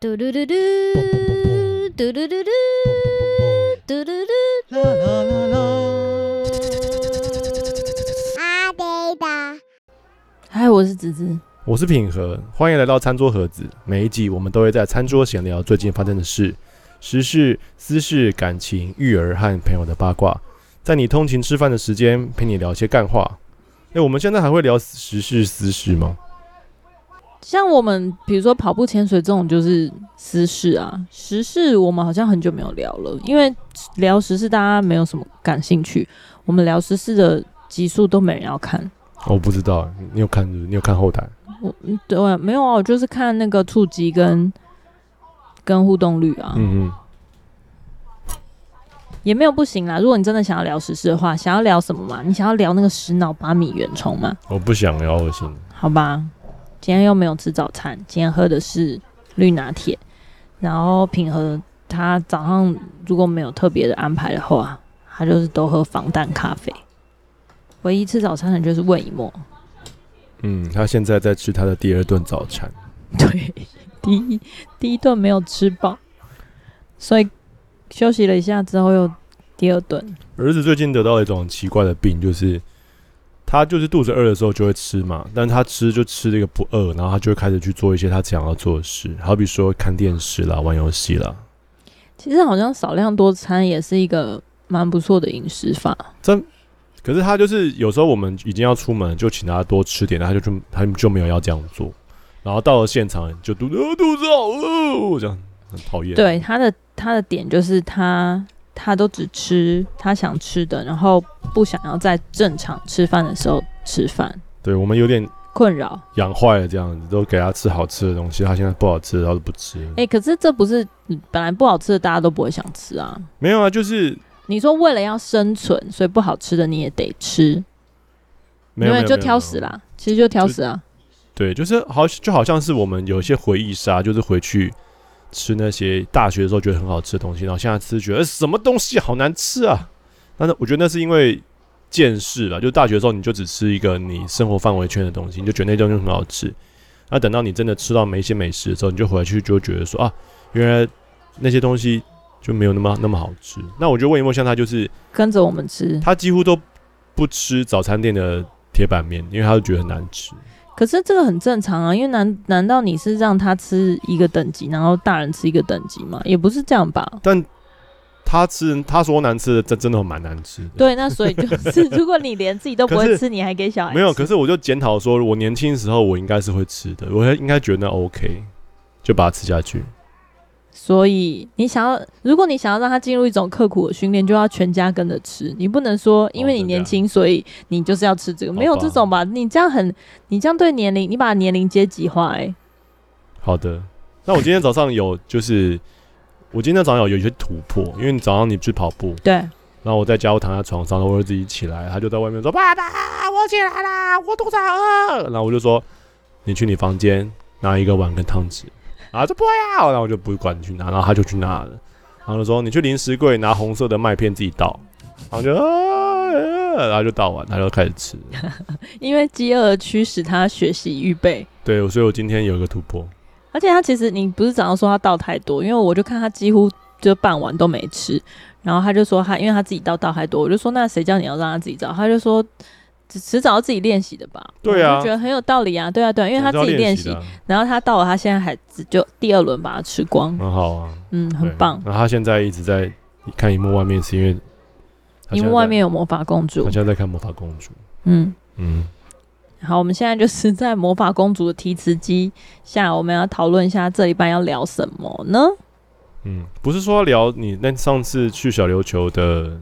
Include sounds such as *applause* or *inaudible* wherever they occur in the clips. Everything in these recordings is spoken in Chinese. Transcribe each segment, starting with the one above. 嘟嘟嘟嘟，嘟嘟嘟嘟，嘟嘟嘟。啦啦啦啦！阿呆的嗨，哎我是子子。我是品和，欢迎来到餐桌盒子。每一集我们都会在餐桌闲聊最近发生的事、时事、私事、感情、育儿和朋友的八卦，在你通勤吃饭的时间陪你聊些干话。哎、我们现在还会聊时事私事吗？像我们比如说跑步、潜水这种就是私事啊，时事我们好像很久没有聊了，因为聊时事大家没有什么感兴趣，我们聊时事的集数都没人要看。我不知道，你你有看是不是你有看后台？我嗯对、没有啊，我就是看那个触及跟跟互动率啊，嗯嗯，也没有不行啦。如果你真的想要聊时事的话，想要聊什么嘛？你想要聊那个十脑八米圆虫吗？我不想聊恶心。好吧，今天又没有吃早餐，今天喝的是绿拿铁。然后品和他早上如果没有特别的安排的话，他就是都喝防弹咖啡。唯一吃早餐的就是魏一墨， *laughs* 嗯，他现在在吃他的第二顿早餐。对，第一第一顿没有吃饱，所以休息了一下之后又第二顿。儿子最近得到一种奇怪的病，就是他就是肚子饿的时候就会吃嘛，但他吃就吃这个不饿，然后他就会开始去做一些他想要做的事，好比说看电视啦、玩游戏啦。其实好像少量多餐也是一个蛮不错的饮食法。可是他就是有时候我们已经要出门，就请他多吃点，他就就他就没有要这样做，然后到了现场就肚子、呃肚子好饿，这样很讨厌。对，他的他的点就是他他都只吃他想吃的，然后不想要在正常吃饭的时候吃饭，对我们有点困扰。养坏了这样子，都给他吃好吃的东西，他现在不好吃的他都不吃。哎、可是这不是嗯本来不好吃的，大家都不会想吃啊。没有啊，就是你说为了要生存，所以不好吃的你也得吃，没有没因有为就没有挑食啦，其实就挑食啊。对，就是好，就好像是我们有一些回忆杀，就是回去吃那些大学的时候觉得很好吃的东西，然后现在吃觉得、呃什么东西好难吃啊。但是我觉得那是因为见识了，就大学的时候你就只吃一个你生活范围圈的东西，你就觉得那东西很好吃。那等到你真的吃到每一些美食的时候，你就回去就会觉得说啊，原来那些东西就没有那么那么好吃。那我觉得魏一梦像他就是跟着我们吃，他几乎都不吃早餐店的铁板面，因为他就觉得很难吃。可是这个很正常啊，因为难难道你是让他吃一个等级，然后大人吃一个等级吗？也不是这样吧。但他吃他说难吃的，真真的蛮难吃的。对，那所以就是， *laughs* 如果你连自己都不可会是吃，你还给小孩没有，吃可是我就检讨说，我年轻的时候我应该是会吃的，我应该觉得那 OK，就把它吃下去。所以你想要，如果你想要让他进入一种刻苦的训练，就要全家跟着吃。你不能说因为你真的年啊轻，所以你就是要吃这个，好吧没有这种吧？你这样很，你这样对年龄，你把年龄阶级化、欸，好的，那我今天早上有就是我今天早上有有一些突破，因为你早上你去跑步，对，然后我在家我躺在床上，然后我儿子一起来，他就在外面说爸爸，我起来啦，我肚子好饿，然后我就说你去你房间拿一个碗跟汤匙，然后他说不要，然后我就不管你去拿，然后他就去拿了，然后就说你去零食柜拿红色的麦片自己倒，然后就、啊啊然后就倒完，他就开始吃，因为饥饿驱使他学习预备。对，所以我今天有一个突破，而且他其实你不是早上说他倒太多，因为我就看他几乎就半碗都没吃，然后他就说他因为他自己倒倒太多，我就说那谁叫你要让他自己倒？他就说只迟早要自己练习的吧。对啊我就觉得很有道理啊，对啊对啊，因为他总自己是要练练习，的啊然后他到了他现在还只就第二轮把它吃光，很好啊，嗯，对很棒。然后他现在一直在看荧幕外面，是因为他荧现在幕外在面，有魔法公主他，现在在看魔法公主，嗯，嗯。好，我们现在就是在魔法公主的提词机下，我们要讨论一下这礼拜要聊什么呢？嗯，不是说聊你那上次去小琉球的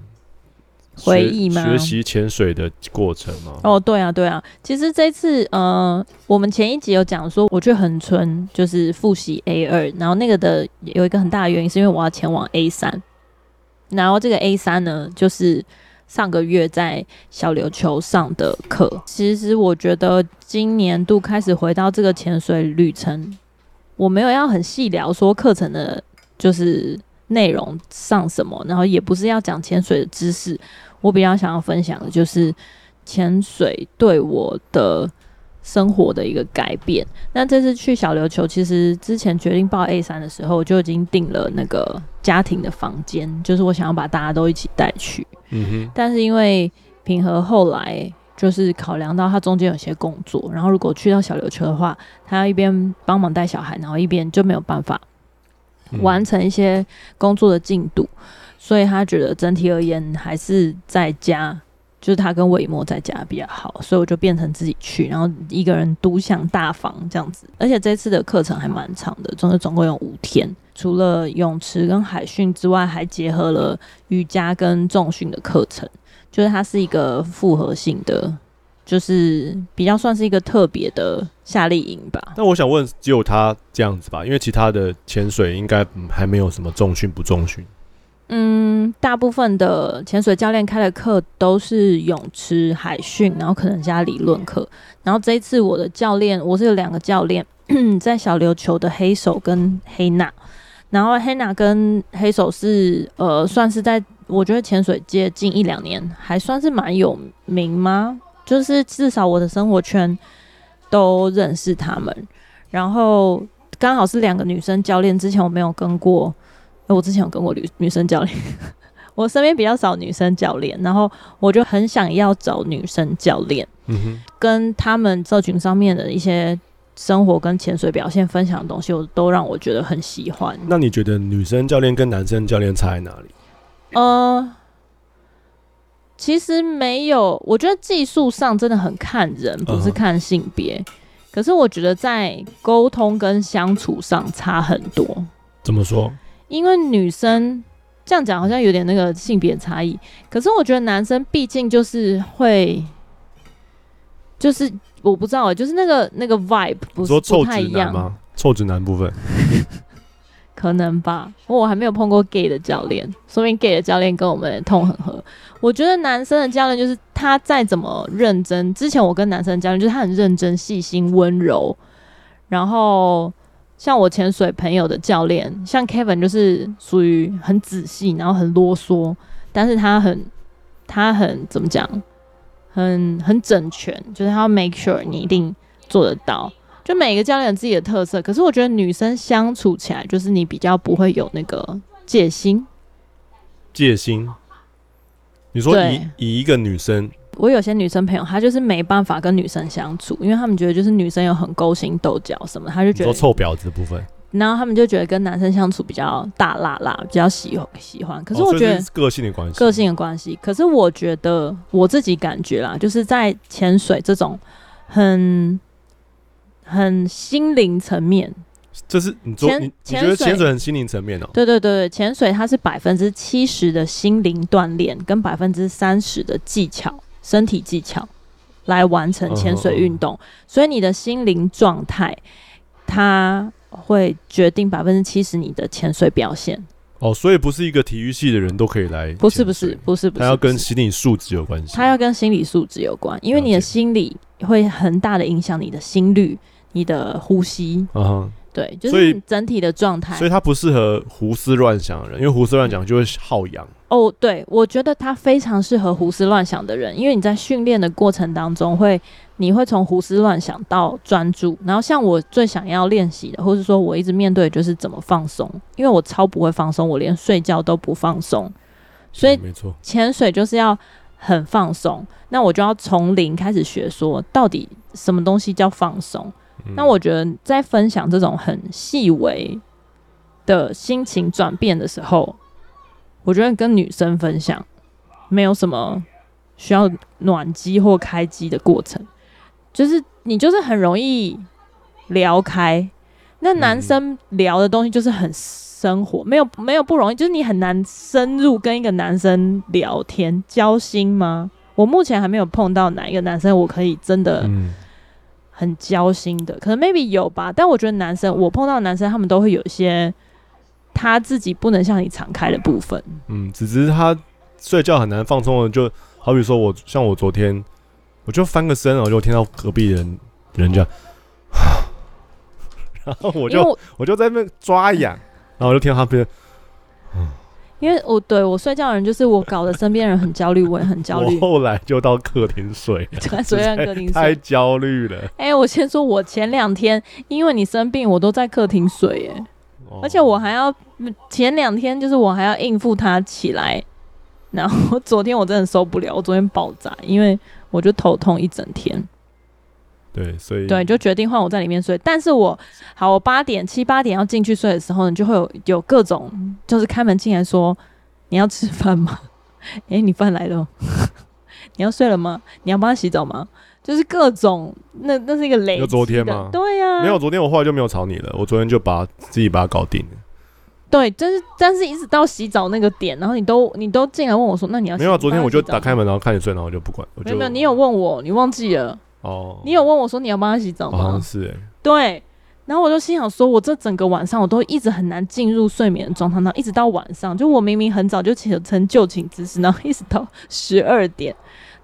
学回忆吗学习潜水的过程吗？哦，对啊，对啊，其实这次呃，我们前一集有讲说我去恒春就是复习 A 二，然后那个的有一个很大的原因是因为我要前往 A 三，然后这个 A 三呢就是。上个月在小琉球上的课，其实我觉得今年度开始回到这个潜水旅程，我没有要很细聊说课程的，就是内容上什么，然后也不是要讲潜水的知识，我比较想要分享的就是潜水对我的生活的一个改变。那这次去小琉球，其实之前决定报 A 三的时候，我就已经订了那个家庭的房间，就是我想要把大家都一起带去。嗯但是因为平和后来就是考量到他中间有些工作，然后如果去到小琉球的话，他要一边帮忙带小孩，然后一边就没有办法哼，完成一些工作的进度，所以他觉得整体而言还是在家，就是他跟伟莫在家比较好，所以我就变成自己去，然后一个人独享大房这样子。而且这次的课程还蛮长的，总总共有五天，除了泳池跟海训之外，还结合了瑜伽跟重训的课程，就是它是一个复合性的。就是比较算是一个特别的夏令营吧，但我想问，只有他这样子吧？因为其他的潜水应该嗯还没有什么重训不重训。嗯，大部分的潜水教练开的课都是泳池、海训，然后可能加理论课。然后这一次我的教练，我是有两个教练， *clears throat* 在小琉球的黑手跟黑娜。然后黑娜跟黑手是呃，算是在我觉得潜水界近一两年还算是蛮有名吗？就是至少我的生活圈都认识他们。然后刚好是两个女生教练，之前我没有跟过，呃我之前有跟过女女生教练， *laughs* 我身边比较少女生教练，然后我就很想要找女生教练，嗯跟他们社群上面的一些生活跟潜水表现分享的东西，我都让我觉得很喜欢。哼，那你觉得女生教练跟男生教练差在哪里？呃，其实没有，我觉得技术上真的很看人，不是嗯哼看性别。可是我觉得在沟通跟相处上差很多，怎么说？因为女生这样讲好像有点那个性别差异，可是我觉得男生毕竟就是会，就是我不知道欸，就是那个那个 vibe 不你是说不臭太直一男样，吗？臭直男部分，可能吧。不过我还没有碰过 gay 的教练，说明 gay 的教练跟我们的痛很合。我觉得男生的教练就是他再怎么认真，之前我跟男生的教练就是他很认真、细心、温柔，然后。像我潜水朋友的教练，像 Kevin 就是属于很仔细，然后很啰嗦，但是他很他很怎么讲，很很整全，就是他要 make sure 你一定做得到。就每个教练有自己的特色，可是我觉得女生相处起来，就是你比较不会有那个戒心。戒心。你说以对以一个女生，我有些女生朋友，她就是没办法跟女生相处，因为她们觉得就是女生有很勾心斗角什么，她就你觉说得，臭婊子的部分，然后她们就觉得跟男生相处比较大辣辣，比较喜喜欢。可是哦我所以觉得、是个性的关系，个性的关系。可是我觉得我自己感觉啦，就是在潜水这种很很心灵层面，这是你说潜你你潜觉得水潜水很心灵层面哦？对对对对，潜水它是百分之七十的心灵锻炼跟百分之三十的技巧、身体技巧来完成潜水运动，嗯所以你的心灵状态它会决定百分之七十你的潜水表现。哦，所以不是一个体育系的人都可以来潜水，不是不是不是不是，他要跟不是心理素质有关系。它要跟心理素质有关，因为你的了解心理会很大的影响你的心率、你的呼吸，嗯哼，对，就所是以你整体的状态所。以他不适合胡思乱想的人，因为胡思乱想就会耗氧。哦，对，我觉得他非常适合胡思乱想的人，因为你在训练的过程当中会，你会从胡思乱想到专注。然后像我最想要练习的，或是说我一直面对的就是怎么放松，因为我超不会放松，我连睡觉都不放松，所以嗯没错，潜水就是要很放松。那我就要从零开始学说到底什么东西叫放松。嗯那我觉得在分享这种很细微的心情转变的时候，我觉得跟女生分享没有什么需要暖机或开机的过程，就是你就是很容易聊开。那男生聊的东西就是很生活，没有没有不容易，就是你很难深入跟一个男生聊天交心吗？我目前还没有碰到哪一个男生，我可以真的嗯，很交心的，可能 maybe 有吧，但我觉得男生，我碰到的男生，他们都会有一些他自己不能向你敞开的部分。嗯，只只是他睡觉很难放松的，就好比说我像我昨天，我就翻个身，我就听到隔壁人人家， *laughs* 然后我因为就我就在那边抓痒，然后我就听到他边，因为我对我睡觉的人就是我搞得身边人很焦虑，我也很焦虑我，后来就到客厅睡，对，所以让客厅太睡。焦虑了。哎、我先说，我前两天因为你生病，我都在客厅睡、耶。哦而且我还要嗯前两天就是我还要应付他起来，然后 *laughs* 昨天我真的受不了，我昨天爆炸，因为我就头痛一整天，对，所以对，就决定换我在里面睡。但是我好，我八点七八点要进去睡的时候，你就会有有各种就是开门进来说你要吃饭吗？ *laughs* 诶、你饭来了哦， *laughs* 你要睡了吗？你要帮他洗澡吗？就是各种那那是一个累积就的，昨天吗对呀、 *laughs* 没有。昨天我后来就没有吵你了，我昨天就把自己把它搞定了。对，但是但是一直到洗澡那个点，然后你都你都进来问我说，那你要洗没有啊，昨天我就帮他洗澡打开门，然后看你睡，然后我就不管。我没就有没有，你有问我，你忘记了，哦，你有问我说你要帮他洗澡哦好吗像？是哎、对，然后我就心想说，我这整个晚上我都一直很难进入睡眠的状态，然后一直到晚上，就我明明很早就起成就寝姿势，然后一直到十二点。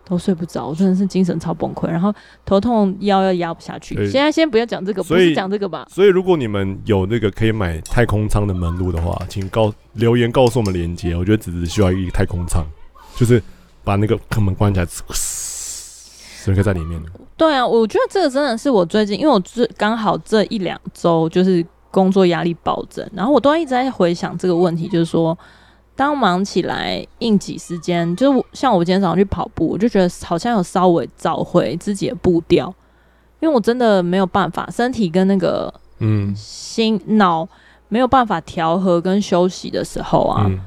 都睡不着，我真的是精神超崩溃，然后头痛腰要压不下去所。以现在先不要讲这个，不所以是讲这个吧？所以如果你们有那个可以买太空舱的门路的话，请告留言告诉我们连接。我觉得只是需要一个太空舱，就是把那个坑门关起来，所以可以在里面的。对啊，我觉得这个真的是我最近，因为我最刚好这一两周就是工作压力暴增，然后我都一直在回想这个问题，就是说，当忙起来应急时间，就是我像我今天早上去跑步，我就觉得好像有稍微找回自己的步调，因为我真的没有办法，身体跟那个嗯心脑没有办法调和跟休息的时候啊，嗯，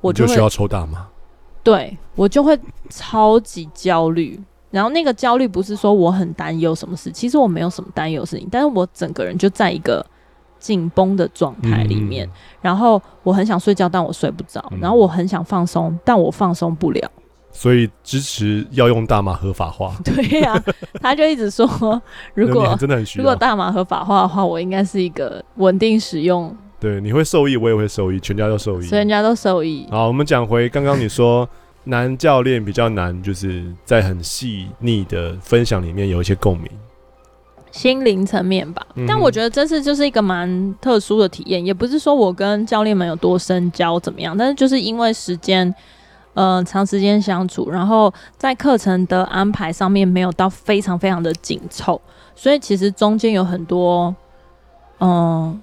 我你就会需要抽大麻。对我就会超级焦虑。然后那个焦虑不是说我很担忧什么事，其实我没有什么担忧的事情，但是我整个人就在一个紧绷的状态里面。然后我很想睡觉，但我睡不着；嗯然后我很想放松，但我放松不 *laughs* 了。所以支持要用大麻合法化。对呀、他就一直说，如 *laughs* 你果真的很需如果要，大麻合法化的话，我应该是一个稳定使用，对，你会受益，我也会受益，全家都受益。所以人家都受益。好，我们讲回刚刚你说男教练比较难，就是在很细腻的分享里面有一些共鸣。心灵层面吧。嗯哼但我觉得这次就是一个蛮特殊的体验，也不是说我跟教练们有多深交怎么样，但是就是因为时间，呃，长时间相处，然后在课程的安排上面没有到非常非常的紧凑，所以其实中间有很多，嗯、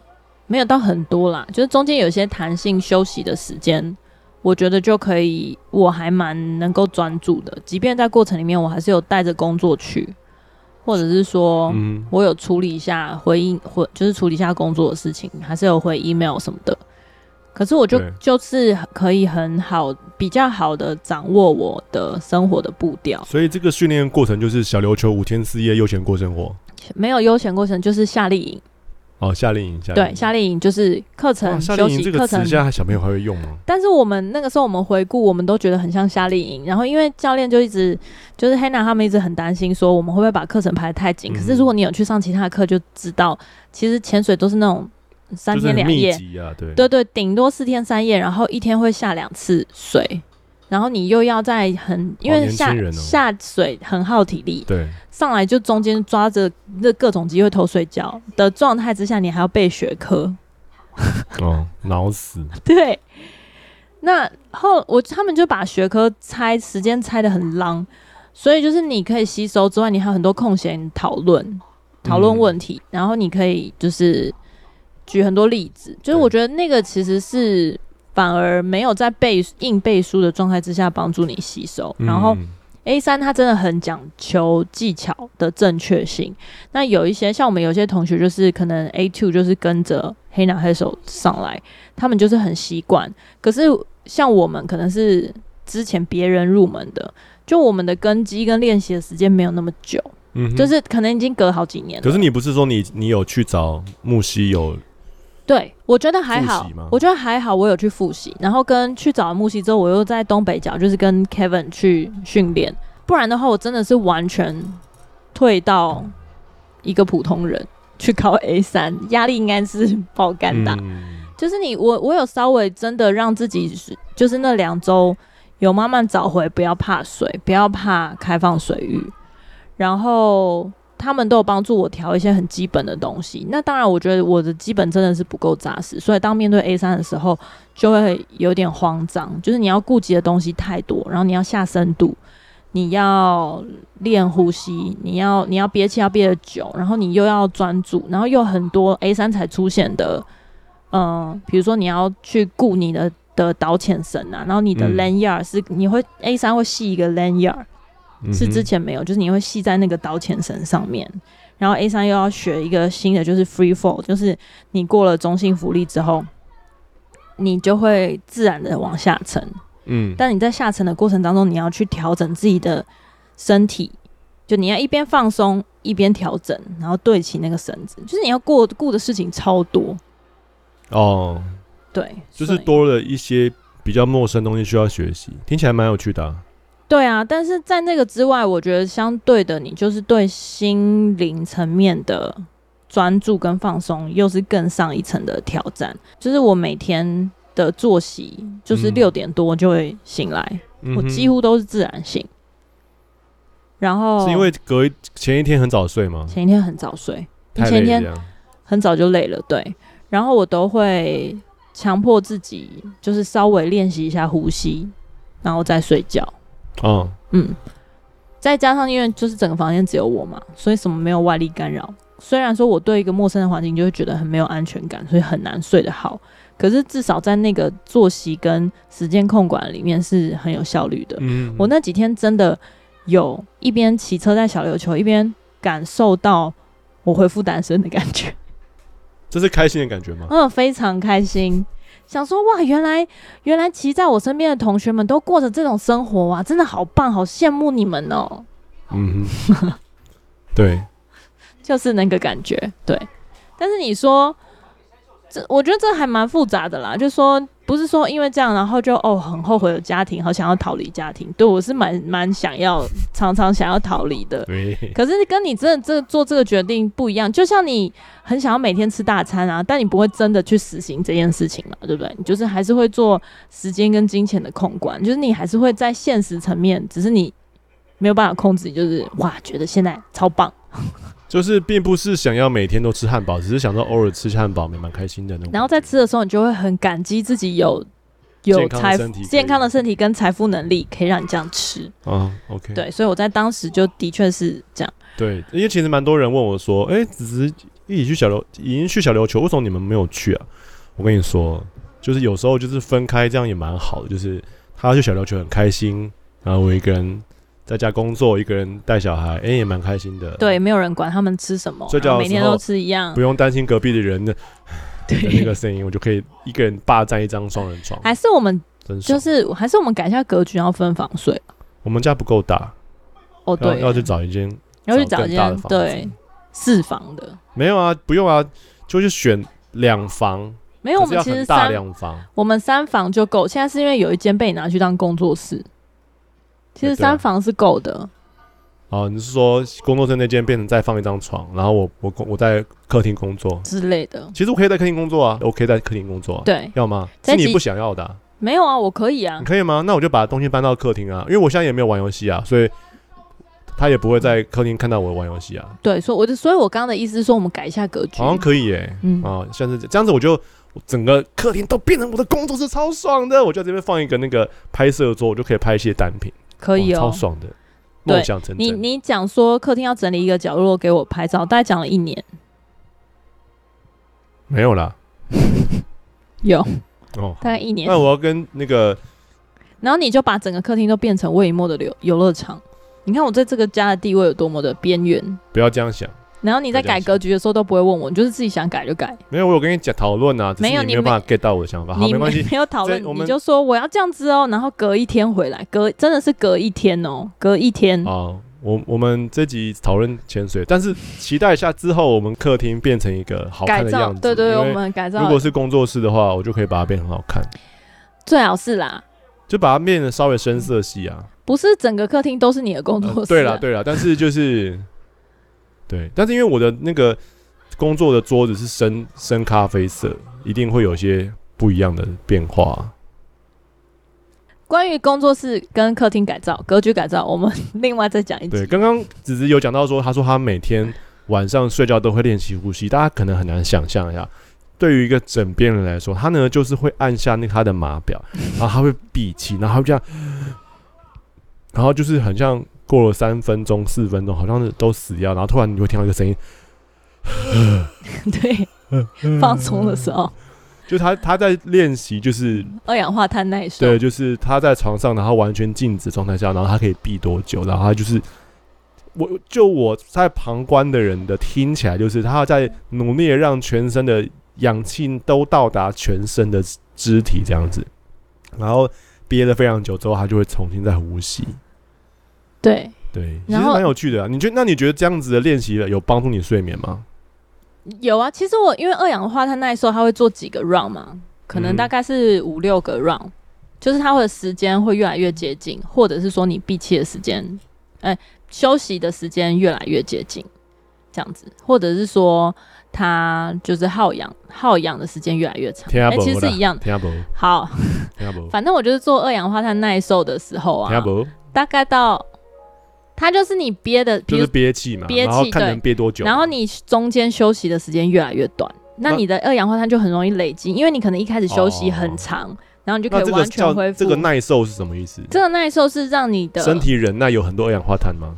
没有到很多啦，就是中间有些弹性休息的时间。我觉得就可以，我还蛮能够专注的，即便在过程里面，我还是有带着工作去，或者是说，嗯，我有处理一下回应，回就是处理一下工作的事情，还是有回 email 什么的。可是我就对就是可以很好、比较好的掌握我的生活的步调，所以这个训练过程就是小琉球五天四夜悠闲过生活。没有悠闲过程，就是夏令营。哦，夏令营，夏令对，营夏令营就是课哇程夏休令营息这课个词程现在小朋友还会用吗？但是我们那个时候我们回顾，我们都觉得很像夏令营。然后因为教练就一直就是黑娜他们一直很担心说我们会不会把课程排得太紧。嗯可是如果你有去上其他的课，就知道其实潜水都是那种三就是天很两密夜，集啊，对，对对，顶多四天三夜，然后一天会下两次水，然后你又要在很因哦为年下、轻人哦下水很耗体力，对，上来就中间抓着那各种机会偷睡觉的状态之下，你还要背学科， *laughs* 哦，脑死，对。那后我他们就把学科拆时间拆的很浪，所以就是你可以吸收之外，你还有很多空闲讨论讨论嗯问题，然后你可以就是举很多例子，就是我觉得那个其实是反而没有在背硬背书的状态之下帮助你吸收。然后嗯 A 三它真的很讲求技巧的正确性，那有一些像我们有些同学就是可能 A two 就是跟着黑男黑手上来，他们就是很习惯，可是像我们可能是之前别人入门的。就我们的根基跟练习的时间没有那么久，嗯哼，就是可能已经隔好几年了。可是你不是说你你有去找木西有对，我觉得还好复习吗，我觉得还好，我有去复习，然后跟去找木西之后，我又在东北角，就是跟 Kevin 去训练，不然的话，我真的是完全退到一个普通人去考 A 三，压力应该是爆肝大。嗯就是你，我我有稍微真的让自己是，就是那两周有慢慢找回，不要怕水，不要怕开放水域，然后。他们都有帮助我调一些很基本的东西。那当然，我觉得我的基本真的是不够扎实，所以当面对 A 三的时候，就会有点慌张，就是你要顾及的东西太多，然后你要下深度，你要练呼吸，你要你要憋气要憋得久，然后你又要专注，然后又很多 A 三才出现的，嗯、比如说你要去顾你的的导潜绳啊，然后你的嗯 lanyard 是、你会 A 三会系一个 lanyard。嗯是哼之前没有，就是你会系在那个导潜绳上面。然后 A 三又要学一个新的，就是 free fall，就是你过了中性浮力之后，你就会自然的往下沉。嗯，但你在下沉的过程当中，你要去调整自己的身体，就你要一边放松一边调整，然后对齐那个绳子，就是你要过顾的事情超多。哦，对，就是所以多了一些比较陌生的东西需要学习，听起来蛮有趣的啊、对啊，但是在那个之外，我觉得相对的，你就是对心灵层面的专注跟放松，又是更上一层的挑战。就是我每天的作息，就是嗯六点多就会醒来，嗯我哼几乎都是自然醒。然后是因为隔一前一天很早睡吗？前一天很早睡，太前累一了天这样。很早就累了，对。然后我都会强迫自己，就是稍微练习一下呼吸，然后再睡觉。哦，嗯，再加上因为就是整个房间只有我嘛，所以什么没有外力干扰。虽然说我对一个陌生的环境就会觉得很没有安全感，所以很难睡得好。可是至少在那个作息跟时间控管里面是很有效率的。嗯，我那几天真的有一边骑车在小琉球，一边感受到我恢复单身的感觉。 *laughs* 这是开心的感觉吗？嗯，非常开心，想说哇，原来原来骑在我身边的同学们都过着这种生活啊，真的好棒，好羡慕你们哦、嗯哼， *laughs* 对，就是那个感觉，对。但是你说，这我觉得这还蛮复杂的啦，就说不是说因为这样，然后就哦很后悔有家庭，好想要逃离家庭。对我是蛮蛮想要，常常想要逃离的。对，可是跟你真的这做这个决定不一样，就像你很想要每天吃大餐啊，但你不会真的去实行这件事情嘛，对不对？你就是还是会做时间跟金钱的控管，就是你还是会在现实层面，只是你没有办法控制，就是哇，觉得现在超棒。就是并不是想要每天都吃汉堡，只是想到偶尔吃汉堡，蛮蛮开心的那种。然后在吃的时候，你就会很感激自己有有健康的财身体可以健康的身体跟财富能力，可以让你这样吃。啊，OK，对，所以我在当时就的确是这样。对，因为其实蛮多人问我说，哎、只是一起去小琉，已经去小琉球，为什么你们没有去啊？我跟你说，就是有时候就是分开，这样也蛮好的。就是他去小琉球很开心，然后我一个人在家工作，一个人带小孩，哎、也蛮开心的。对，，没有人管他们吃什么，睡觉然后的每时天都候吃一样不。用担心隔壁的人 *laughs* 的的那对，个声音，我就可以一个人霸占一张双人床，还是我们真就爽。是还是我们改一下格局，然后分房睡。我们家不够大，哦，要对，啊要去找一间，要去找找一更大的间房对子。四房的。没有啊，不用啊，就是选两房，没有，可我是们要其实很大啊三两房。我们三房就够。现在是因为有一间被你拿去当工作室，其哎实对啊三房是够的。哦，你是说工作室那间变成再放一张床，然后我我工我在客厅工作？之类的。其实我可以在客厅工作啊，我可以在客厅工作、啊。，对，要吗？在是你几不想要的啊、没有啊，我可以啊你。可以吗？那我就把东西搬到客厅啊，因为我现在也没有玩游戏啊，所以他也不会在客厅看到我玩游戏啊。对，所以我就，所以我刚刚的意思是说，我们改一下格局。好像可以耶、嗯，啊，像是这样子，我就我整个客厅都变成我的工作室，超爽的。我就在这边放一个那个拍摄桌，我就可以拍一些单品，可以哇超哦。爽的，对梦想成你真。你讲说客厅要整理一个角落给我拍照，大概讲了一年，没有啦，有哦，大概一年那，我要跟那个然后你就把整个客厅都变成魏以沫的游游乐场。你看我在这个家的地位有多么的边缘，不要这样想。然后你在不要这样改格局的时候都不会问我，你就是自己想改就改，没有，我有跟你讲讨论啊，只是没有你你没有没办法 get 到我的想法。好，你没关没系，没有讨论，这我们你就说我要这样子哦，然后隔一天回来，隔真的是隔一天哦，隔一天，啊，我我们这集讨论潜水，但是期待一下之后我们客厅变成一个好改看的造，样子。对对，对因我为们改造如果是工作室的话，我就可以把它变很好看，最好是啦，就把它变得稍微深色系啊。不是整个客厅都是你的工作室、啊呃对 *laughs* 啦，，对啦，但是就是 *laughs* 对，但是因为我的那个工作的桌子是深深咖啡色，一定会有些不一样的变化。关于工作室跟客厅改造、格局改造，我们另外再讲一对，集。刚刚子子有讲到说，他说他每天晚上睡觉都会练习呼吸，大家可能很难想象一下。对于一个枕边人来说，他呢就是会按下那个他的码表，然后他会闭气，然后他会这样，然后就是很像过了三分钟、四分钟，好像是都死掉，然后突然你会听到一个声音， *laughs* 对，放松的时候，就他他在练习，就是二氧化碳耐受，对，就是他在床上，然后完全静止状态下，然后他可以闭多久，然后他就是我就我在旁观的人的听起来，就是他在努力地让全身的氧气都到达全身的肢体这样子，然后憋了非常久之后，他就会重新再呼吸。对，对，其实然后蛮有趣的啊。你觉得那你觉得这样子的练习有帮助你睡眠吗？有啊。其实我因为二氧化碳耐受，它会做几个 round 嘛，可能嗯大概是五六个 round，、就是它的时间会越来越接近，或者是说你闭气的时间，哎、休息的时间越来越接近，这样子，或者是说它就是耗氧耗氧的时间越来越长。听哎、不其实是一样的。听不好，听不反正我就是做二氧化碳耐受的时候听啊，不，大概到它就是你憋的，比就如是憋气嘛，憋然后气看对能憋多久。然后你中间休息的时间越来越短，那那你的二氧化碳就很容易累积，因为你可能一开始休息很长，然后你就可哦那以这个完全恢叫复。这个耐受是什么意思？这个耐受是让你的身，体忍耐有很多二氧化碳吗？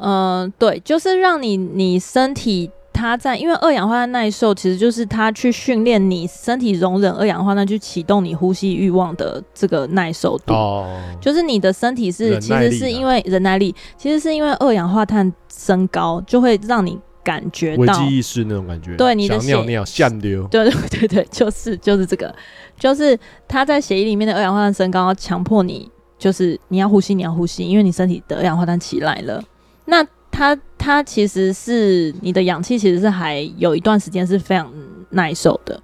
嗯、对，就是让你你身体它在，因为二氧化碳耐受其实就是它去训练你身体容忍二氧化碳去启动你呼吸欲望的这个耐受度。哦，就是你的身体是忍其耐实力是啊因为忍耐力，其实是因为二氧化碳升高，就会让你感觉危到机意识那种感觉，对你的想尿血尿、哦想溜，对 *laughs* 对对对，就是就是这个，就是它在血液里面的二氧化碳升高，强迫你就是你要呼吸，你要呼吸，因为你身体的二氧化碳起来了。那它它其实是你的氧气其实是还有一段时间是非常耐受的，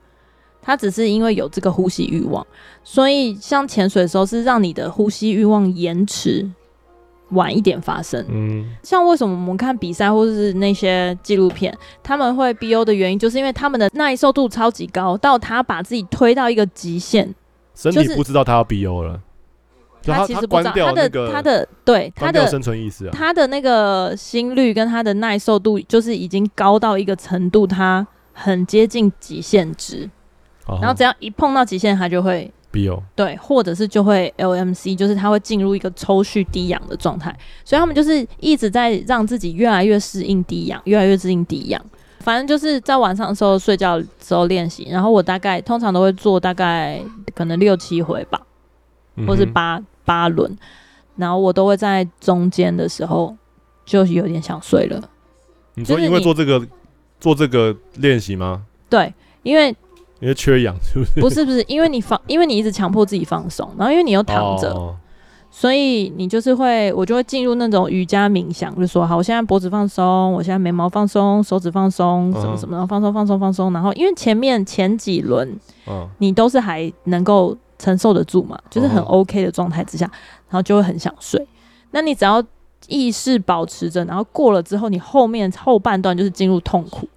它只是因为有这个呼吸欲望，所以像潜水的时候是让你的呼吸欲望延迟晚一点发生。嗯，像为什么我们看比赛或者是那些纪录片，他们会 BO 的原因，就是因为他们的耐受度超级高，到他把自己推到一个极限，身就体是不知道他要 BO 了，就其他实不知关道掉他那的个他的对他关掉的生存意识啊，他的那个心率跟他的耐受度，就是已经高到一个程度，他很接近极限值，然后只样要一碰到极限，他就会 BO，对，或者是就会 LMC，就是它会进入一个抽蓄低氧的状态，所以他们就是一直在让自己越来越适应低氧，越来越适应低氧。反正就是在晚上的时候睡觉的时候练习，然后我大概通常都会做大概可能六七回吧，嗯哼或是八八轮，然后我都会在中间的时候就有点想睡了。你说就是因为你做这个做这个练习吗？对，因为因为缺氧是不是？不是不是，因为你放，因为你一直强迫自己放松，然后因为你又躺着，哦所以你就是会，我就会进入那种瑜伽冥想，就说好，我现在脖子放松，我现在眉毛放松，手指放松，嗯什么什么，然后放松放松放松。然后因为前面前几轮嗯，你都是还能够承受得住嘛，就是很嗯 OK 的状态之下，然后就会很想睡。那你只要意识保持着，然后过了之后，你后面后半段就是进入痛苦，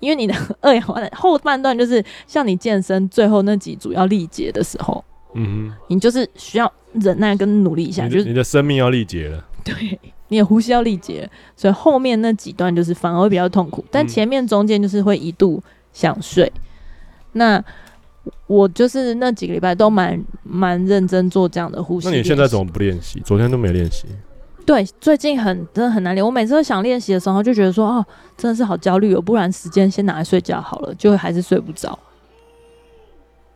因为你的二氧化碳后半段就是像你健身最后那几组要力竭的时候，嗯你就是需要忍耐跟努力一下，哼，就是你。你的生命要力竭了，对，你也呼吸要力竭，所以后面那几段就是反而会比较痛苦，但嗯前面中间就是会一度想睡。那我就是那几个礼拜都蛮蛮认真做这样的呼吸那练习。你现在怎么不练习？昨天都没练习，对，最近很真的很难练。我每次都想练习的时候，就觉得说哦，真的是好焦虑哦，不然时间先拿来睡觉好了，就还是睡不着。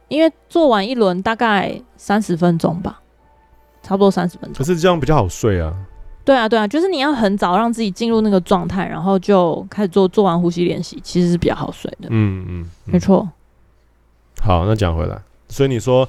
因为做完一轮大概三十分钟吧，差不多三十分钟可。是这样比较好睡啊。对啊，对啊，就是你要很早让自己进入那个状态，然后就开始做做完呼吸练习，其实是比较好睡的。嗯嗯，嗯没错，好，那讲回来，所以你说，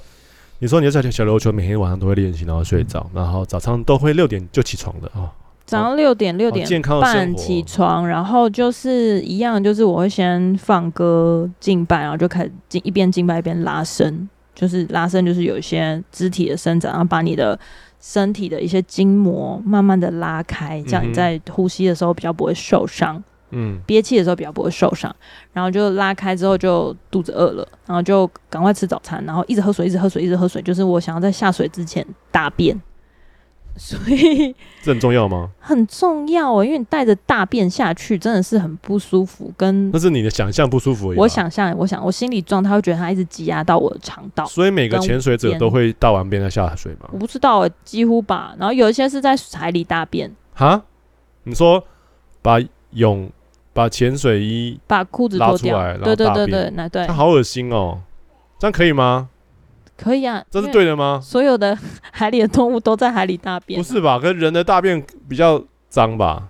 你说你在小小琉球每天晚上都会练习，然后睡着，然后早上都会六点就起床的啊，早上六点六六点健康的生半活起床，然后就是一样，就是我会先放歌敬拜，然后就开始进一边敬拜一边拉伸，就是拉伸就是有一些肢体的伸展，然后把你的身体的一些筋膜慢慢的拉开，这嗯样哼你在呼吸的时候比较不会受伤。嗯，憋气的时候比较不会受伤，然后就拉开之后就肚子饿了，然后就赶快吃早餐，然后一直喝水，一直喝水，一直喝水，就是我想要在下水之前大便， *laughs* 所以 *laughs* 这很重要吗？很重要哦、因为你带着大便下去真的是很不舒服，跟那是你的想象不舒服而已吧。我想象，我想我心理状态会觉得它一直挤压到我的肠道。所以每个跟潜水者边都会大完便再下水吗？我不知道、欸，几乎吧。然后有一些是在海里大便，哈？你说把泳把潜水衣，把裤子拉脱出掉来然。后对对大对便对，那对那好恶心哦！这样可以吗？可以啊，这因是为对的吗？所有的 *laughs* 海里的动物都在海里大便不啊，是吧？跟人的大便比较脏吧？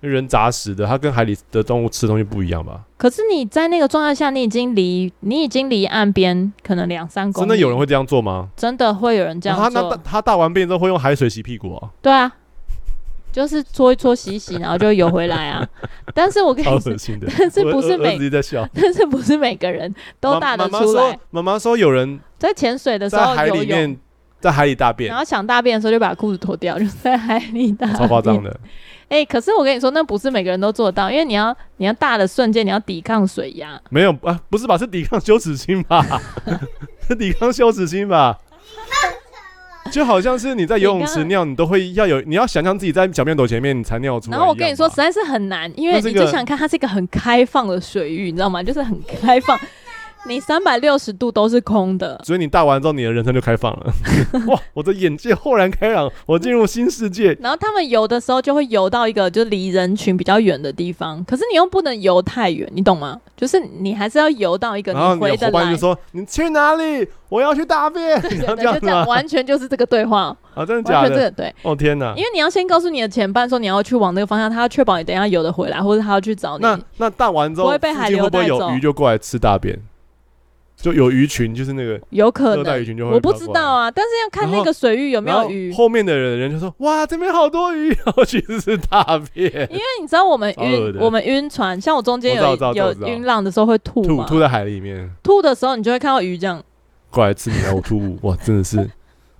因为人杂食的，它跟海里的动物吃东西不一样吧？可是你在那个状态下，你已经离你已经离岸边可能两三公里，真的有人会这样做吗？真的会有人这然后样哦他那做，大他大完便之后会用海水洗屁股 *laughs* 啊，对啊，就是搓一搓、洗一洗，然后就游回来 *laughs* 啊。但是我跟超你恶说， *laughs* 心的。但是我不是我我儿每子一直在笑？但是不是每个人 *laughs* 都大得妈妈出说来，，妈妈说有人在潜水的时在候海游里泳，面在海里大便然，后想大便的时候就把裤子脱掉，就在海里大便， *laughs* 超夸张的。 *laughs* 哎、可是我跟你说，那不是每个人都做得到，因为你要你要大的瞬间，你要抵抗水压。没有啊，不是吧？是抵抗羞耻心吧？ *laughs* 是抵抗羞耻心吧？ *laughs* 就好像是你在游泳池尿，你都会要有，你要想象自己在小便斗前面你才尿出来。然后我跟你说，实，在是很难，因为那这你个就想看它是一个很开放的水域，你知道吗？就是很开放，你三百六十度都是空的。所以你大完之后，你的人生就开放了。 *laughs* 哇，我的眼界豁然开朗，我进入新世界。然后他们游的时候就会游到一个就离人群比较远的地方，可是你又不能游太远，你懂吗？就是你还是要游到一个然后你回的得伙伴来就。说：“你去哪里？我要去大 *laughs* 便。” *laughs* 然后对对，这就样子这样，吗？完全就是这个对话，啊， *laughs* 真的完假全这个的？对，哦天哪因！为你要先告诉你的前伴说你要去往那个方向，他要确保你等一下游得回来，或者他要去找你。那那大完之后，不会附被海近流会不会带有走鱼就过来吃大便？就有鱼群，就是那个有可热带鱼能，群就会我不飘知过来道啊，但是要看然后那个水域有没然后有鱼，因后面的人就说：“哇，这边好多鱼！” *laughs* 然后其实是大便，为 *laughs* 你知道我们超恶晕的我们晕船，像我中间我有知道我知道我有知道晕浪的时候会吐吐嘛，吐在海里面，吐的时候你就会看到鱼这样，过来吃你的呕吐物。哇，真的是，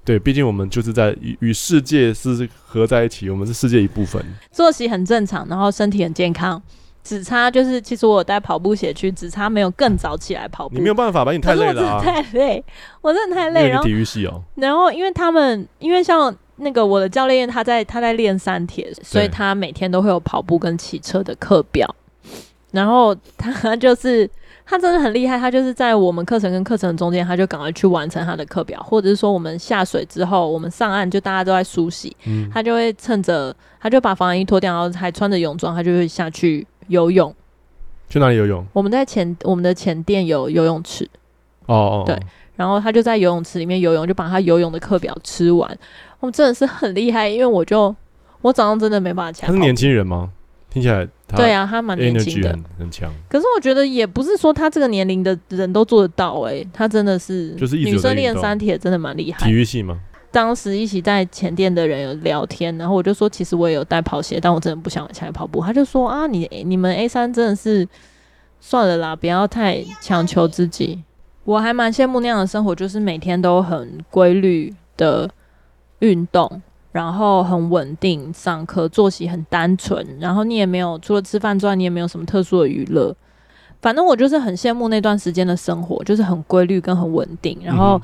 对，毕竟我们就是在与与世界是合在一起，我们是世界一部分。作息很正常，然后身体很健康，只差就是其实我有带跑步鞋去，只差没有更早起来跑步你没。有办法吧？因为你可太是我累真了的啊！太累，我真的太因累。为然你后，体育系哦，然后因为他们，因为像那个我的教练，他在他在练三铁，所以他每天都会有跑步跟骑车的课表。然后他就是他真的很厉害，他就是在我们课程跟课程中间，他就赶快去完成他的课表，或者是说我们下水之后，我们上岸就大家都在梳洗，嗯，他就会趁着他就把防寒衣脱掉，然后还穿着泳装，他就会下去游泳。去哪里游泳？我们在前我们的前店有游泳池，哦哦，对然后他就在游泳池里面游泳，就把他游泳的课表吃完。我们真的是很厉害，因为我就我早上真的没办法起他来是跑。年轻人吗？听起来他对啊，他蛮年轻 energy 的很，很强，可是我觉得也不是说他这个年龄的人都做得到诶、他真的是就是一直有女在生运练动三铁真的蛮厉害体。育系吗？当时一起在前店的人有聊天，然后我就说，其实我也有带跑鞋，但我真的不想起来跑步。他就说啊，你你们 A 三真的是算了啦，不要太强求自己。我还蛮羡慕那样的生活，就是每天都很规律的运动，然后很稳定上课，作息很单纯，然后你也没有除了吃饭之外，你也没有什么特殊的娱乐。反正我就是很羡慕那段时间的生活，就是很规律跟很稳定，然后嗯哼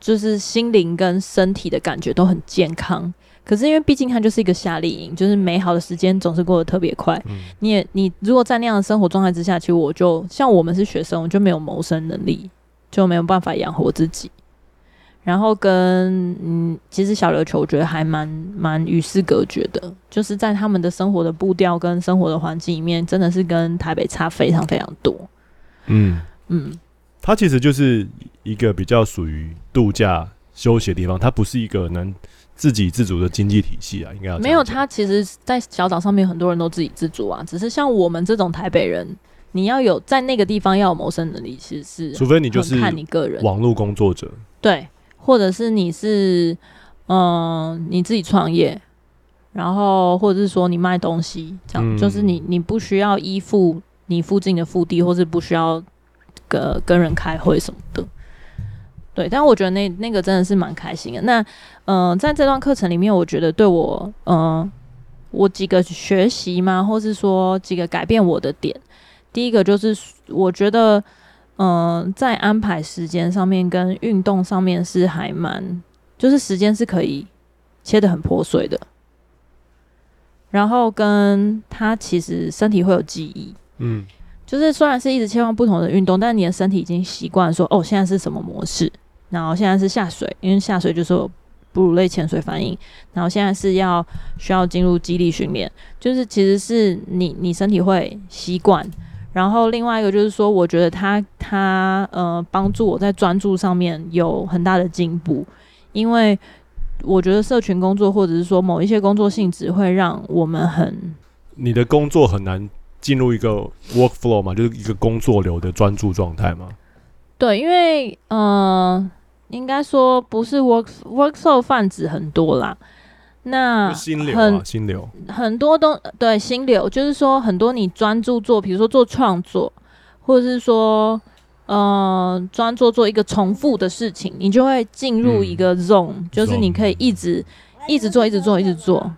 就是心灵跟身体的感觉都很健康。可是因为毕竟它就是一个夏令营，就是美好的时间总是过得特别快。嗯，你也你如果在那样的生活状态之下，其实我就像我们是学生，我就没有谋生能力，就没有办法养活自己。然后跟嗯，其实小琉球我觉得还蛮蛮与世隔绝的，就是在他们的生活的步调跟生活的环境里面，真的是跟台北差非常非常多。嗯。嗯，它其实就是一个比较属于度假休息的地方，它不是一个能自给自足的经济体系啊，应该要这样没有，讲他其实，在小岛上面很多人都自给自足啊，只是像我们这种台北人，你要有在那个地方要有谋生能力，其实是除非你就很是看你个人。网络工作者，对，或者是你是嗯、你自己创业，然后或者是说你卖东西，这样、嗯就是你你不需要依附你附近的腹地，或是不需要跟跟人开会什么的。对，但我觉得那那个真的是蛮开心的。那嗯、呃在这段课程里面，我觉得对我嗯、呃我几个学习嘛，或是说几个改变我的点，第一个就是我觉得嗯，在安排时间上面跟运动上面是还蛮，就是时间是可以切的很破碎的。然后跟他其实身体会有记忆，嗯，就是虽然是一直切换不同的运动，但你的身体已经习惯说，哦，现在是什么模式，然后现在是下水，因为下水就是有哺乳类潜水反应，然后现在是要需要进入肌力训练，就是其实是你你身体会习惯。然后另外一个就是说，我觉得他他呃帮助我在专注上面有很大的进步，因为我觉得社群工作或者是说某一些工作性质会让我们很你的工作很难进入一个 workflow 嘛，就是一个工作流的专注状态嘛。对，因为呃，应该说不是 work workflow 泛指很多啦。那就心流嗯很啊，心流，很多东对心流，就是说很多你专注做，比如说做创作，或者是说呃专注做一个重复的事情，你就会进入一个 zone，、就是你可以一直一直做，一直做，一直做。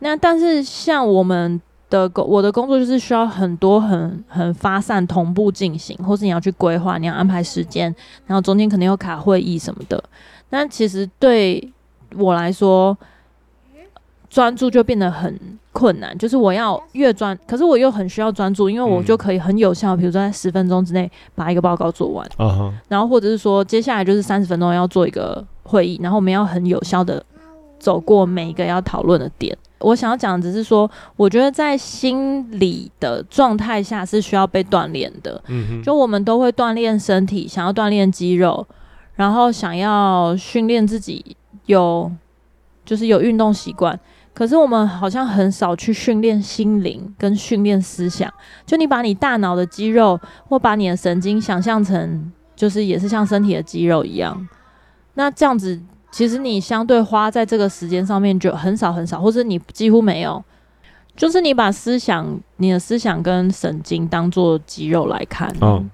那但是像我们的工，我的工作就是需要很多很很发散同步进行，或是你要去规划，你要安排时间，然后中间可能有卡会议什么的。那其实对我来说，专注就变得很困难，就是我要越专，可是我又很需要专注，因为我嗯就可以很有效，比如说在十分钟之内把一个报告做完，啊哈，然后或者是说接下来就是三十分钟要做一个会议，然后我们要很有效的走过每一个要讨论的点。我想要讲的只是说，我觉得在心理的状态下是需要被锻炼的，嗯哼，就我们都会锻炼身体，想要锻炼肌肉，然后想要训练自己有就是有运动习惯。可是我们好像很少去训练心灵跟训练思想。就你把你大脑的肌肉或把你的神经想象成就是也是像身体的肌肉一样，那这样子其实你相对花在这个时间上面就很少很少，或者你几乎没有。就是你把思想、你的思想跟神经当做肌肉来看，嗯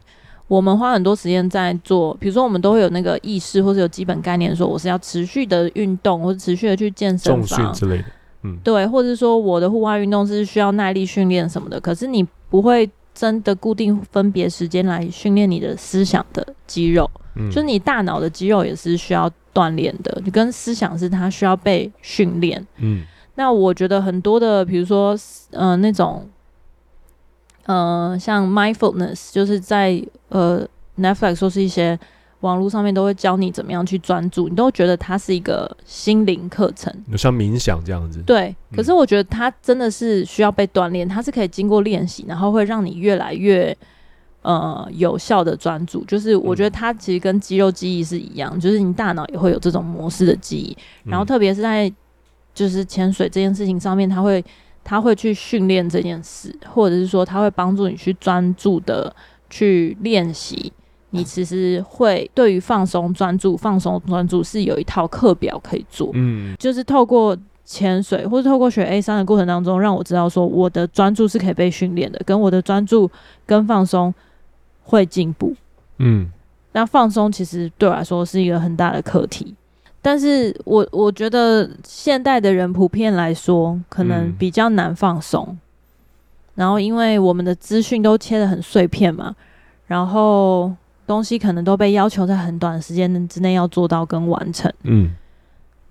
我们花很多时间在做，比如说我们都会有那个意识或者有基本概念，说我是要持续的运动，或者持续的去健身重训房，之类的，嗯，对，或者是说我的户外运动是需要耐力训练什么的，可是你不会真的固定分别时间来训练你的思想的肌肉，嗯就是你大脑的肌肉也是需要锻炼的，你跟思想是它需要被训练。嗯那我觉得很多的，比如说，呃，那种，呃，像 mindfulness，就是在呃 Netflix 说是一些网络上面都会教你怎么样去专注，你都觉得它是一个心灵课程。有像冥想这样子，对，嗯可是我觉得它真的是需要被锻炼，它是可以经过练习，然后会让你越来越呃有效的专注。就是我嗯觉得它其实跟肌肉记忆是一样，就是你大脑也会有这种模式的记忆，嗯，然后特别是在就是潜水这件事情上面，他会他会去训练这件事，或者是说他会帮助你去专注的去练习。你嗯其实会对于放松、专注、放松、专注是有一套课表可以做，嗯就是透过潜水或者透过学 A 三的过程当中，让我知道说我的专注是可以被训练的，跟我的专注跟放松会进步。嗯那放松其实对我来说是一个很大的课题，但是我我觉得现代的人普遍来说，可能嗯比较难放松。然后因为我们的资讯都切得很碎片嘛，然后东西可能都被要求在很短的时间之内要做到跟完成。嗯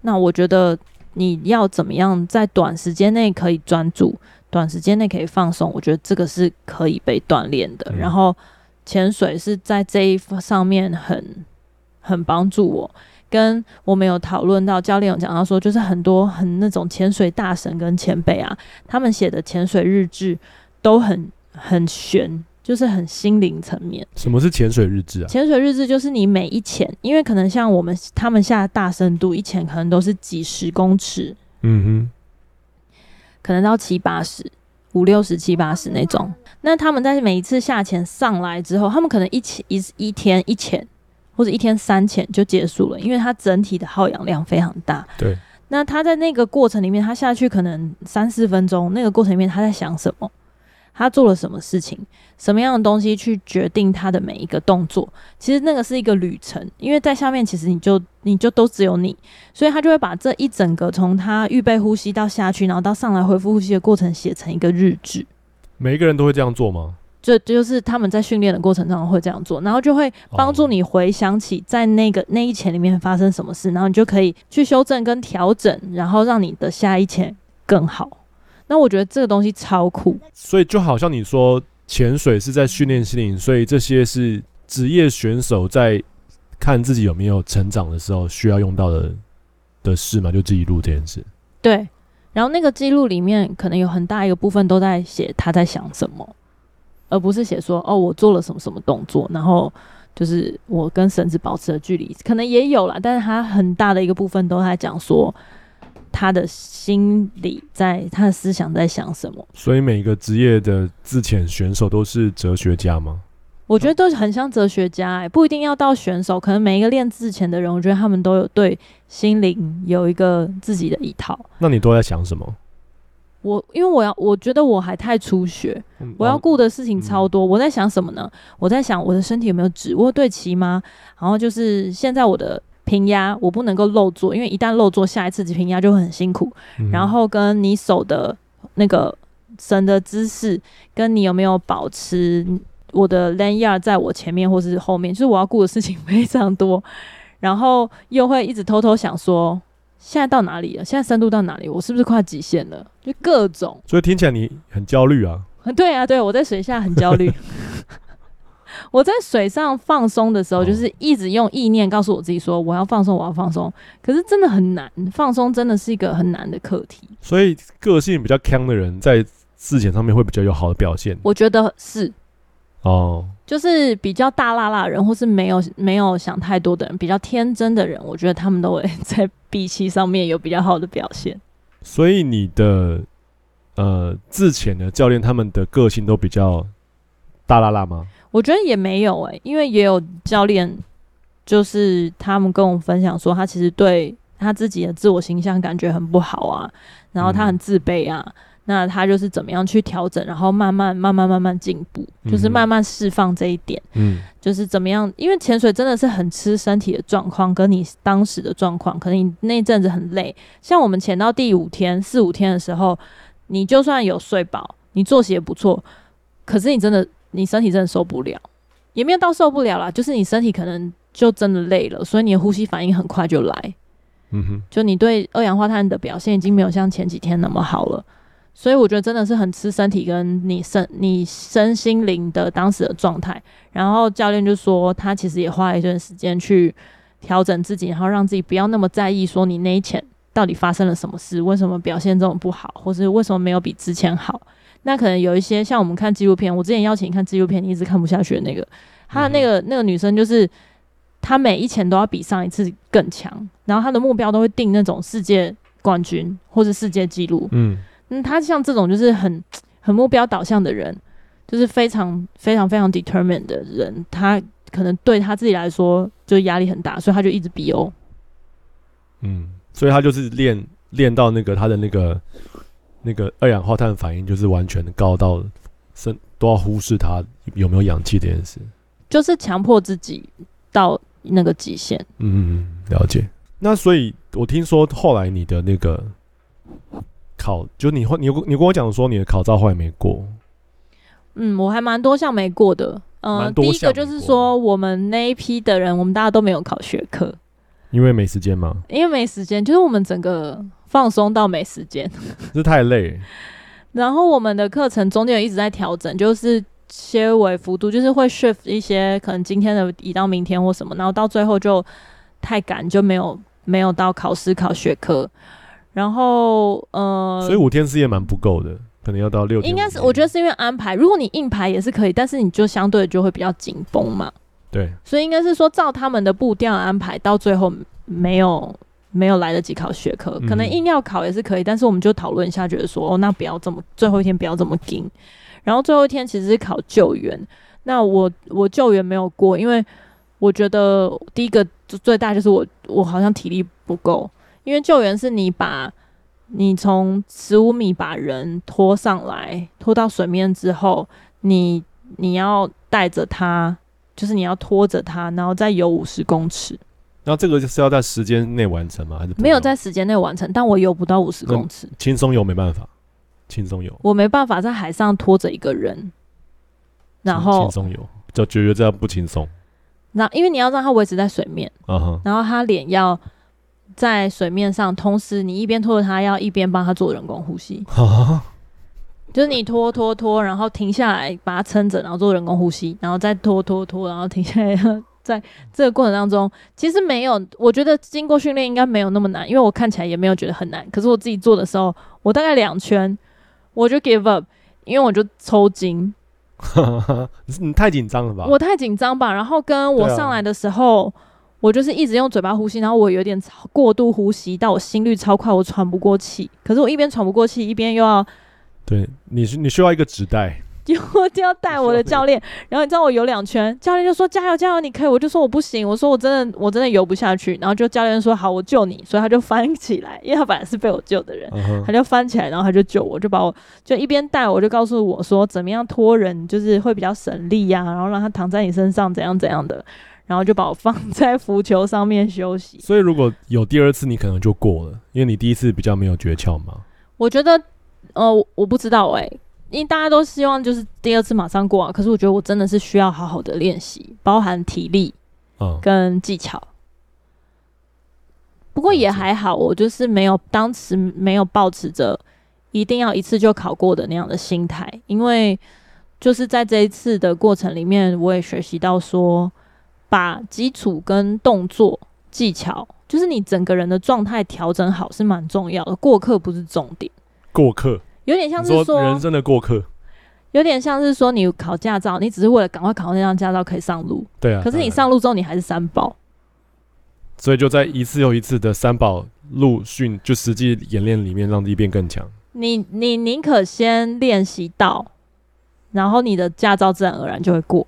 那我觉得你要怎么样在短时间内可以专注，短时间内可以放松，我觉得这个是可以被锻炼的。嗯然后潜水是在这一上面很很帮助我。跟我们有讨论到，教练有讲到说，就是很多很那种潜水大神跟前辈啊，他们写的潜水日志都很很玄，就是很心灵层面。什么是潜水日志啊？潜水日志就是你每一潜，因为可能像我们他们下大深度一潜，可能都是几十公尺，嗯可能到七八十、五六十、七八十那种。那他们在每一次下潜上来之后，他们可能一潜一一天一潜，或者一天三潜就结束了，因为它整体的耗氧量非常大。对。那他在那个过程里面，他下去可能三四分钟，那个过程里面他在想什么？他做了什么事情？什么样的东西去决定他的每一个动作？其实那个是一个旅程，因为在下面其实你就你就都只有你，所以他就会把这一整个从他预备呼吸到下去，然后到上来恢复呼吸的过程写成一个日志。哼，每一个人都会这样做吗？就就是他们在训练的过程中会这样做，然后就会帮助你回想起在那个那一潜里面发生什么事，然后你就可以去修正跟调整，然后让你的下一潜更好。那我觉得这个东西超酷，所以就好像你说潜水是在训练心灵，所以这些是职业选手在看自己有没有成长的时候需要用到的的事嘛，就记录这件事。对。然后那个记录里面可能有很大一个部分都在写他在想什么，而不是写说哦我做了什么什么动作，然后就是我跟绳子保持的距离，可能也有啦，但是他很大的一个部分都在讲说他的心里在他的思想在想什么。所以每个职业的自潜选手都是哲学家吗？我觉得都是很像哲学家、欸，不一定要到选手，可能每一个练字前的人，我觉得他们都有对心灵有一个自己的一套。那你都在想什么？我因为我要，我觉得我还太初学，我哦要顾的事情超多。我在想什么呢？我在想我的身体有没有指握对齐吗？然后就是现在我的平压我不能够漏做，因为一旦漏做，下一次平压就会很辛苦。嗯，然后跟你手的那个绳的姿势，跟你有没有保持我的 lanyard 在我前面或是后面，就是我要顾的事情非常多，然后又会一直偷偷想说，现在到哪里了？现在深度到哪里？我是不是快极限了？就各种，所以听起来你很焦虑啊。 *laughs* 对啊，对，我在水下很焦虑。 *laughs* 我在水上放松的时候，哦就是一直用意念告诉我自己说，我要放松，我要放松。可是真的很难，放松真的是一个很难的课题。所以个性比较强的人在自检上面会比较有好的表现我觉得是，哦。就是比较大辣辣的人，或是没有没有想太多的人，比较天真的人，我觉得他们都会 *laughs* 在闭气上面有比较好的表现。所以你的呃自潜的教练他们的个性都比较大拉拉吗？我觉得也没有诶、因为也有教练，就是他们跟我分享说，他其实对他自己的自我形象感觉很不好啊，然后他很自卑啊。那他就是怎么样去调整，然后慢慢、慢慢、慢慢进步，就是嗯哼慢慢释放这一点。嗯，就是怎么样？因为潜水真的是很吃身体的状况，跟你当时的状况，可能你那一阵子很累。像我们潜到第五天、四五天的时候，你就算有睡饱，你作息也不错，可是你真的你身体真的受不了，也没有到受不了啦，就是你身体可能就真的累了，所以你的呼吸反应很快就来。嗯哼，就你对二氧化碳的表现已经没有像前几天那么好了，所以我觉得真的是很吃身体跟你身你身心灵的当时的状态。然后教练就说，他其实也花了一段时间去调整自己，然后让自己不要那么在意说你那一潜到底发生了什么事，为什么表现这么不好，或是为什么没有比之前好。那可能有一些像我们看纪录片，我之前邀请你看纪录片，你一直看不下去的那个，他的那个那个女生就是他每一前都要比上一次更强，然后他的目标都会定那种世界冠军或是世界纪录。嗯，嗯，他像这种就是很很目标导向的人，就是非常非常非常 determined 的人，他可能对他自己来说就压力很大，所以他就一直 BO。嗯，所以他就是练练到那个他的那个那个二氧化碳反应，就是完全高到身都要忽视他有没有氧气这件事。就是强迫自己到那个极限。嗯嗯，嗯，了解。那所以我听说后来你的那个考，就你后你有你跟我讲说你的考照后来没过，嗯，我还蛮多项没过的。嗯、蛮第多一项个没就是过说，我们那一批的人，我们大家都没有考学科，因为没时间嘛，因为没时间，就是我们整个放松到没时间。这太累。然后我们的课程中间有一直在调整，就是些微幅度，就是会 shift 一些，可能今天的移到明天或什么，然后到最后就太赶，就没有没有到考试考学科。然后呃，所以五天四夜蛮不够的，可能要到六天应五夜。该是我觉得是因为安排，如果你硬排也是可以，但是你就相对就会比较紧绷嘛。对，所以应该是说照他们的步调安排，到最后没有没有来得及考学科，嗯可能硬要考也是可以，但是我们就讨论一下，觉得说哦，那不要这么最后一天不要这么紧。然后最后一天其实是考救援，那我我救援没有过，因为我觉得第一个最最大就是我我好像体力不够，因为救援是你把你从十五米把人拖上来，拖到水面之后，你你要带着他，就是你要拖着他，然后再游五十公尺，啊那这个就是要在时间内完成吗？还是不没有用在时间内完成，但我游不到五十公尺，轻松游没办法，轻松游我没办法在海上拖着一个人。然轻后松游，就觉得这样不轻松那因为你要让它维持在水面，啊哈。然后它脸要在水面上，同时你一边拖着它，要一边帮它做人工呼吸，啊，就是你拖拖拖，然后停下来把它撑着，然后做人工呼吸，然后再拖拖拖，然后停下来。 *laughs* 在这个过程当中，其实没有，我觉得经过训练应该没有那么难，因为我看起来也没有觉得很难。可是我自己做的时候，我大概两圈我就 give up，因为我就抽筋， *laughs* 你太紧张了吧？我太紧张吧，然后跟我对啊上来的时候，我就是一直用嘴巴呼吸，然后我有点超过度呼吸，到我心率超快，我喘不过气。可是我一边喘不过气，一边又要对，你是你需要一个纸袋，又要带我的教练，然后你知道我游两圈，教练就说加油加油，你可以，我就说我不行，我说我真的我真的游不下去，然后就教练说好，我救你，所以他就翻起来，因为他本来是被我救的人。嗯哼他就翻起来，然后他就救我，就把我就一边带我，就告诉我说怎么样拖人，就是会比较省力呀、然后让他躺在你身上，怎样怎样的，然后就把我放 *laughs* 在浮球上面休息。所以如果有第二次，你可能就过了，因为你第一次比较没有诀窍嘛。我觉得，呃，我我不知道哎、因为大家都希望就是第二次马上过啊，可是我觉得我真的是需要好好的练习，包含体力嗯，跟技巧。不过也还好，我就是没有当时没有抱持着一定要一次就考过的那样的心态，因为就是在这一次的过程里面，我也学习到说，把基础跟动作技巧，就是你整个人的状态调整好是蛮重要的，过客不是重点，过客，有点像你是说人生的过客，有点像是说你考驾照，你只是为了赶快考到那张驾照可以上路，对啊。可是当你然，上路之后你还是三宝。所以就在一次又一次的三宝陆训，就实际演练里面让自己变更强。你你宁可先练习到，然后你的驾照自然而然就会过。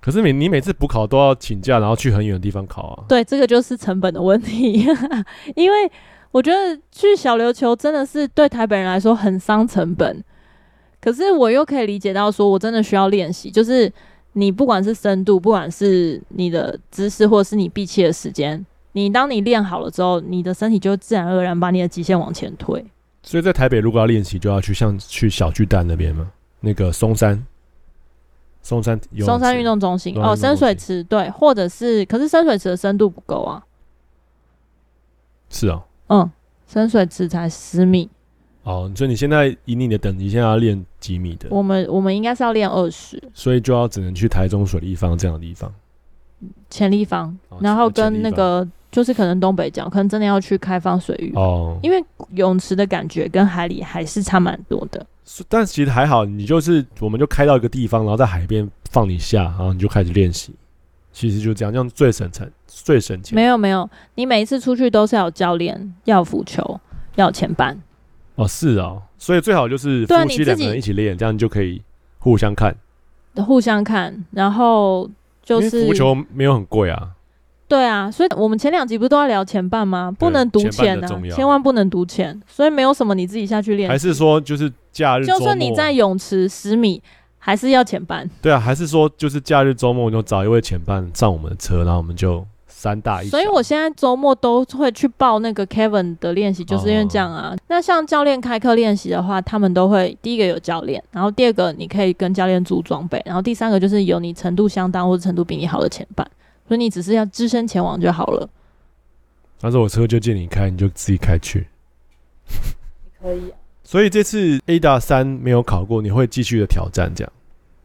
可是每你每次补考都要请假，然后去很远的地方考啊。对，这个就是成本的问题， *laughs* 因为我觉得去小琉球真的是对台北人来说很伤成本，可是我又可以理解到，说我真的需要练习，就是你不管是深度，不管是你的姿势，或者是你闭气的时间，你当你练好了之后，你的身体就自然而然把你的极限往前推。所以在台北如果要练习，就要去像去小巨蛋那边嘛，那个松山，松山游泳松山池运动中心对啊哦，运动中深心水池对，或者是可是深水池的深度不够啊，是啊。嗯，深水池才十米，哦，所以你现在以你的等级，现在要练几米的，我们我们应该是要练二十所以就要只能去台中水立方这样的地方。潜力房哦，然后潜跟力那房个就是可能东北角，可能真的要去开放水域，哦，因为泳池的感觉跟海里还是差蛮多的。是但其实还好，你就是我们就开到一个地方，然后在海边放你下，然后你就开始练习。其实就这样，这样最省钱，最省钱。没有没有，你每一次出去都是要有教练，要有浮球，要有前板，哦，是哦，所以最好就是对啊夫你妻自两个人己一起练，这样就可以互相看。互相看，然后就因为是浮球没有很贵啊，对啊，所以我们前两集不是都在聊前半吗？不能赌前钱半的啊重，要千万不能赌钱。所以没有什么你自己下去练，还是说就是假日周就末？算你在泳池十米，还是要前半。对啊，还是说就是假日周末就找一位前伴上我们的车，然后我们就三大一小。所以我现在周末都会去报那个 Kevin 的练习，就是哦因为这样啊。那像教练开课练习的话，他们都会第一个有教练，然后第二个你可以跟教练租装备，然后第三个就是有你程度相当或者程度比你好的前伴，所以你只是要只身前往就好了。但是我车就借你开，你就自己开去。可以、啊所以这次 ADA 三没有考过，你会继续的挑战这样。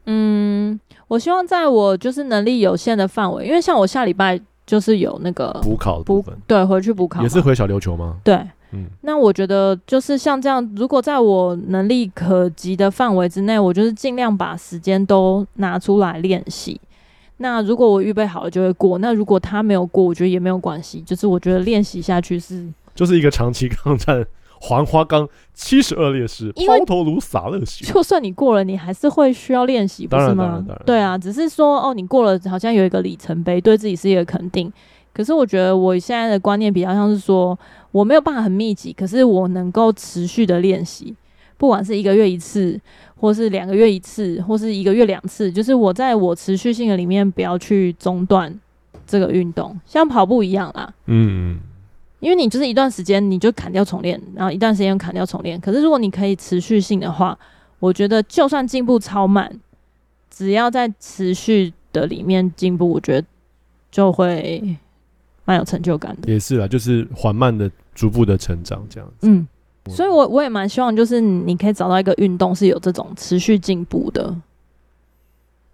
嗯，我希望在我就是能力有限的范围，因为像我下礼拜就是有那个补考的部补分对回去补考嘛，也是回小琉球吗？对。嗯，那我觉得就是像这样，如果在我能力可及的范围之内，我就是尽量把时间都拿出来练习。那如果我预备好了就会过，那如果他没有过，我觉得也没有关系，就是我觉得练习下去是就是一个长期抗战，黄花岗七十二烈士，因为抛头颅洒热血。就算你过了，你还是会需要练习，不当然是当吗然当然？对啊，只是说哦，你过了好像有一个里程碑，对自己是一个肯定。可是我觉得我现在的观念比较像是说，我没有办法很密集，可是我能够持续的练习，不管是一个月一次，或是两个月一次，或是一个月两次，就是我在我持续性的里面不要去中断这个运动，像跑步一样啦。嗯，嗯因为你就是一段时间你就砍掉重练，然后一段时间又砍掉重练。可是如果你可以持续性的话，我觉得就算进步超慢，只要在持续的里面进步，我觉得就会蛮有成就感的。也是啦，就是缓慢的、逐步的成长这样。嗯，所以我我也蛮希望，就是你可以找到一个运动是有这种持续进步的。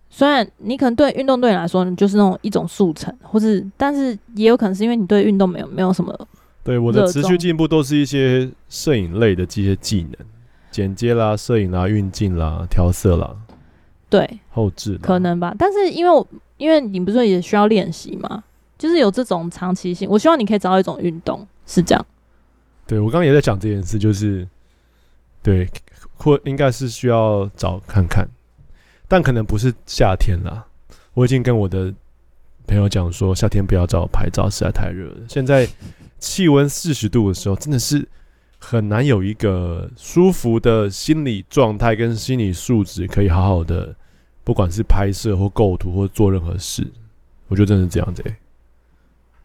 虽然你可能对运动对你来说，你就是那种一种速成，或是但是也有可能是因为你对运动没有没有什么对我的热持续衷进步都是一些摄影类的这些技能，剪接啦、摄影啦、运镜啦、调色啦、对，后置啦。可能吧。但是因为我因为你不是也需要练习嘛，就是有这种长期性。我希望你可以找到一种运动是这样，对我刚刚也在讲这件事，就是对，或应该是需要找看看，但可能不是夏天啦。我已经跟我的朋友讲说，夏天不要找我拍照，实在太热了。现在气温四十度的时候，真的是很难有一个舒服的心理状态跟心理素质，可以好好的，不管是拍摄或构图或做任何事，我觉得真的是这样子、欸。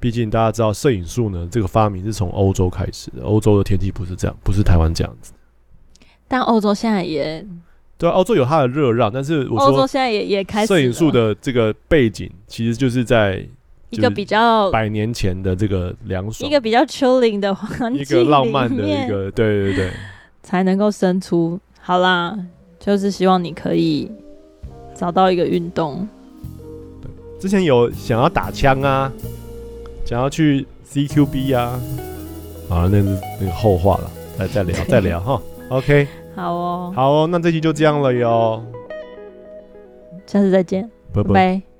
毕竟大家知道，摄影术呢这个发明是从欧洲开始的，欧洲的天气不是这样，不是台湾这样子。但欧洲现在也对啊，欧洲有它的热浪，但是我欧洲说现在也也开始摄影术了的这个背景其实就是在一个比较百年前的这个凉爽一，个比较秋龄的环境，一个浪漫的一个，对对对，才能够生出。好啦，就是希望你可以找到一个运动。之前有想要打枪啊，想要去 CQB 啊，啊，那是那个后话了，再再聊再聊哈。OK，好哦，好哦、那这期就这样了哟，下次再见，拜拜拜。